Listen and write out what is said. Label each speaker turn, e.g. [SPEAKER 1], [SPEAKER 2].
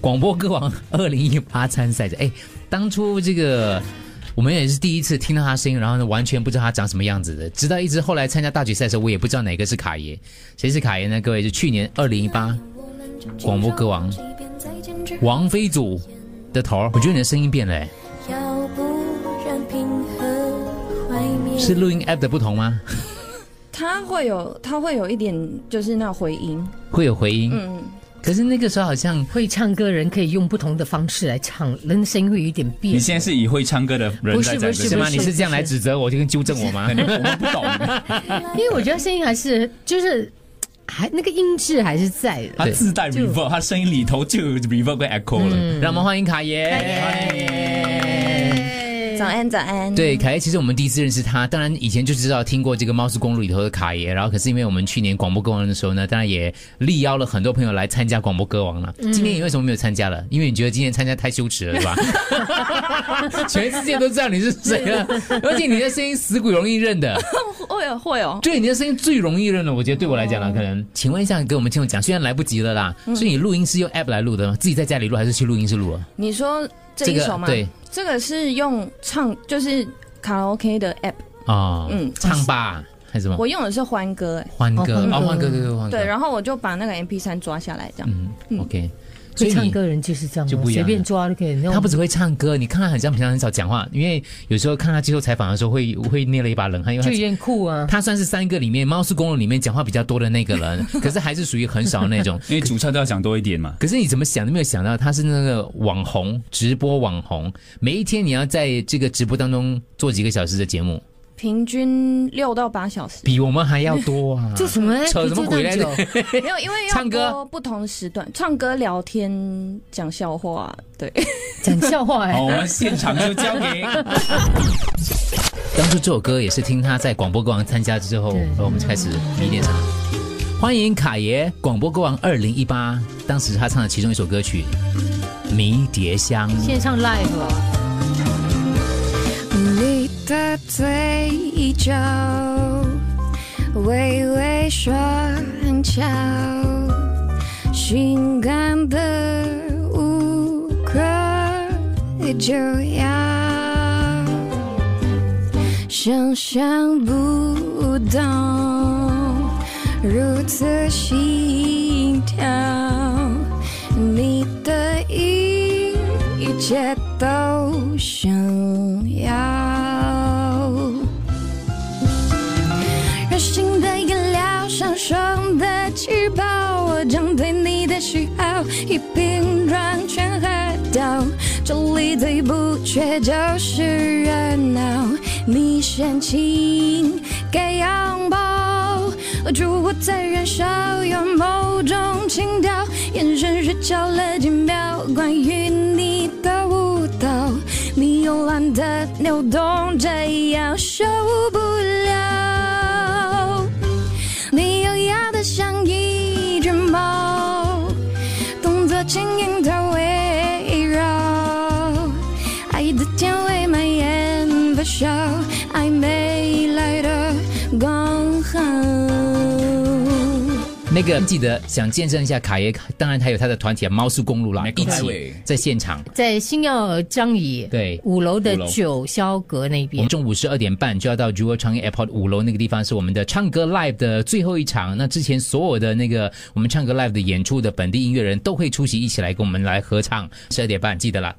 [SPEAKER 1] 广播歌王二零一八参赛者。哎，当初这个我们也是第一次听到他声音，然后呢完全不知道他长什么样子的，直到一直后来参加大决赛的时候，我也不知道哪个是卡爷，谁是卡爷呢？各位，就去年二零一八广播歌王王菲组的头儿，我觉得你的声音变了，哎，
[SPEAKER 2] 要不然平和怀缅
[SPEAKER 1] 是录音 app 的不同吗？
[SPEAKER 3] 它会有，它会有一点就是那回音，
[SPEAKER 1] 会有回音，
[SPEAKER 3] 嗯，
[SPEAKER 1] 可是那个时候好像
[SPEAKER 4] 会唱歌人可以用不同的方式来唱，人的声音会有一点变。
[SPEAKER 5] 你现在是以会唱歌的人
[SPEAKER 4] 不是
[SPEAKER 5] 在讲
[SPEAKER 4] 不
[SPEAKER 5] 这
[SPEAKER 4] 是
[SPEAKER 1] 是
[SPEAKER 5] 些
[SPEAKER 1] 吗？
[SPEAKER 4] 不
[SPEAKER 1] 你是这样来指责我，就跟纠正我吗
[SPEAKER 5] 可？能我们不 懂，
[SPEAKER 4] 因为我觉得声音还是就是还那个音质还是在的。
[SPEAKER 5] 他自带
[SPEAKER 4] 就嗯
[SPEAKER 5] reverb，他声音里头就有 reverb 跟 echo 了。
[SPEAKER 1] 嗯让我们欢迎卡爷。
[SPEAKER 3] 早安早安，
[SPEAKER 1] 对，凯爷，其实我们第一次认识他，当然以前就知道听过这个《猫是公路》里头的卡爷，然后可是因为我们去年广播歌王的时候呢，当然也力邀了很多朋友来参加广播歌王了。
[SPEAKER 3] 嗯
[SPEAKER 1] 今年你为什么没有参加了？因为你觉得今年参加太羞耻了，是 吧？全世界都知道你是谁 了，而且你的声音死鬼容易认的，
[SPEAKER 3] 会哦会哦，
[SPEAKER 1] 对，你的声音最容易认了。我觉得对我来讲了，可
[SPEAKER 3] 嗯
[SPEAKER 1] 能。请问一下，给我们听众讲，虽然来不及了啦，所以你录音是用 app 来录的吗？自己在家里录还是去录音室录啊？
[SPEAKER 3] 你说这
[SPEAKER 1] 这
[SPEAKER 3] 一
[SPEAKER 1] 个
[SPEAKER 3] 首吗？
[SPEAKER 1] 对，
[SPEAKER 3] 这个是用唱就是卡拉 OK 的 app，
[SPEAKER 1] 哦，
[SPEAKER 3] 嗯
[SPEAKER 1] 唱吧还是什么？
[SPEAKER 3] 我用的是欢歌，哎，
[SPEAKER 1] 欢歌
[SPEAKER 4] 哦欢歌
[SPEAKER 1] 啊，欢歌，歌歌欢歌。
[SPEAKER 3] 对，然后我就把那个 MP 三抓下来，这样，
[SPEAKER 1] 嗯，OK。所
[SPEAKER 4] 会
[SPEAKER 1] 以
[SPEAKER 4] 唱
[SPEAKER 1] 你
[SPEAKER 4] 歌哦人就是这样
[SPEAKER 1] 就
[SPEAKER 4] 哦，
[SPEAKER 1] 不一样
[SPEAKER 4] 随便抓都可以。
[SPEAKER 1] 他不只会唱歌，你看他很像平常很少讲话，因为有时候看他接受采访的时候会会捏了一把冷汗，因
[SPEAKER 4] 就
[SPEAKER 1] 为
[SPEAKER 4] 有
[SPEAKER 1] 他。
[SPEAKER 4] 点酷啊。
[SPEAKER 1] 他算是三个里面《猫是公路》里面讲话比较多的那个 人，可是还是属于很少的那种。
[SPEAKER 5] 因为主唱都要讲多一点嘛。
[SPEAKER 1] 可是你怎么想都没有想到，他是那个网红直播网红，每一天你要在这个直播当中做几个小时的节目，
[SPEAKER 3] 平均六到八 小时，
[SPEAKER 1] 比我们还要多 啊！
[SPEAKER 4] 这什么？
[SPEAKER 1] 扯什么鬼来着
[SPEAKER 4] 啤酒蛋酒
[SPEAKER 3] 没有，因为要
[SPEAKER 1] 唱歌
[SPEAKER 3] 播不同时段，唱歌、聊天、讲笑话，对，
[SPEAKER 4] 讲 笑话
[SPEAKER 5] 好，
[SPEAKER 4] 哎！
[SPEAKER 1] 哦
[SPEAKER 5] 我们现场就交给
[SPEAKER 1] 当初这首歌也是听他在广播歌王参加之后
[SPEAKER 4] 对，
[SPEAKER 1] 我们就开始迷恋上他。欢迎卡爷广播歌王二零一八，当时他唱的其中一首歌曲《迷迭香》。
[SPEAKER 4] 线上 live 啊，
[SPEAKER 2] 你的嘴依旧微微说很巧，性感的无可救药，想象不懂如此吸引跳，你的一一切都想要。热情的饮料，上霜的气泡，我将对你的喜好一瓶装全喝掉。这里最不缺就是热闹，你深情给拥抱，烛火在燃烧，有某种情调，眼神失焦了几秒，关于你的舞蹈，你慵懒的扭动着腰，受不了。你优雅的像一只猫，动作轻盈的温柔，爱的甜味蔓延不休，暧昧来的刚好。
[SPEAKER 1] 那个记得想见证一下卡爷，当然还有他的团体啊，猫是公路啦，
[SPEAKER 5] Michael
[SPEAKER 1] 一起
[SPEAKER 5] Highway
[SPEAKER 1] 在现场。
[SPEAKER 4] 在星耀张仪
[SPEAKER 1] 对
[SPEAKER 4] 五楼的
[SPEAKER 5] 五楼
[SPEAKER 4] 九霄阁那
[SPEAKER 1] 我们
[SPEAKER 4] 边。
[SPEAKER 1] 中午十二点半就要到 j u w e l Changi Airport 五楼那个地方，是我们的唱歌 live 的最后一场。那之前所有的那个我们唱歌 live 的演出的本地音乐人都会出席，一起来跟我们来合唱。十二点半记得啦，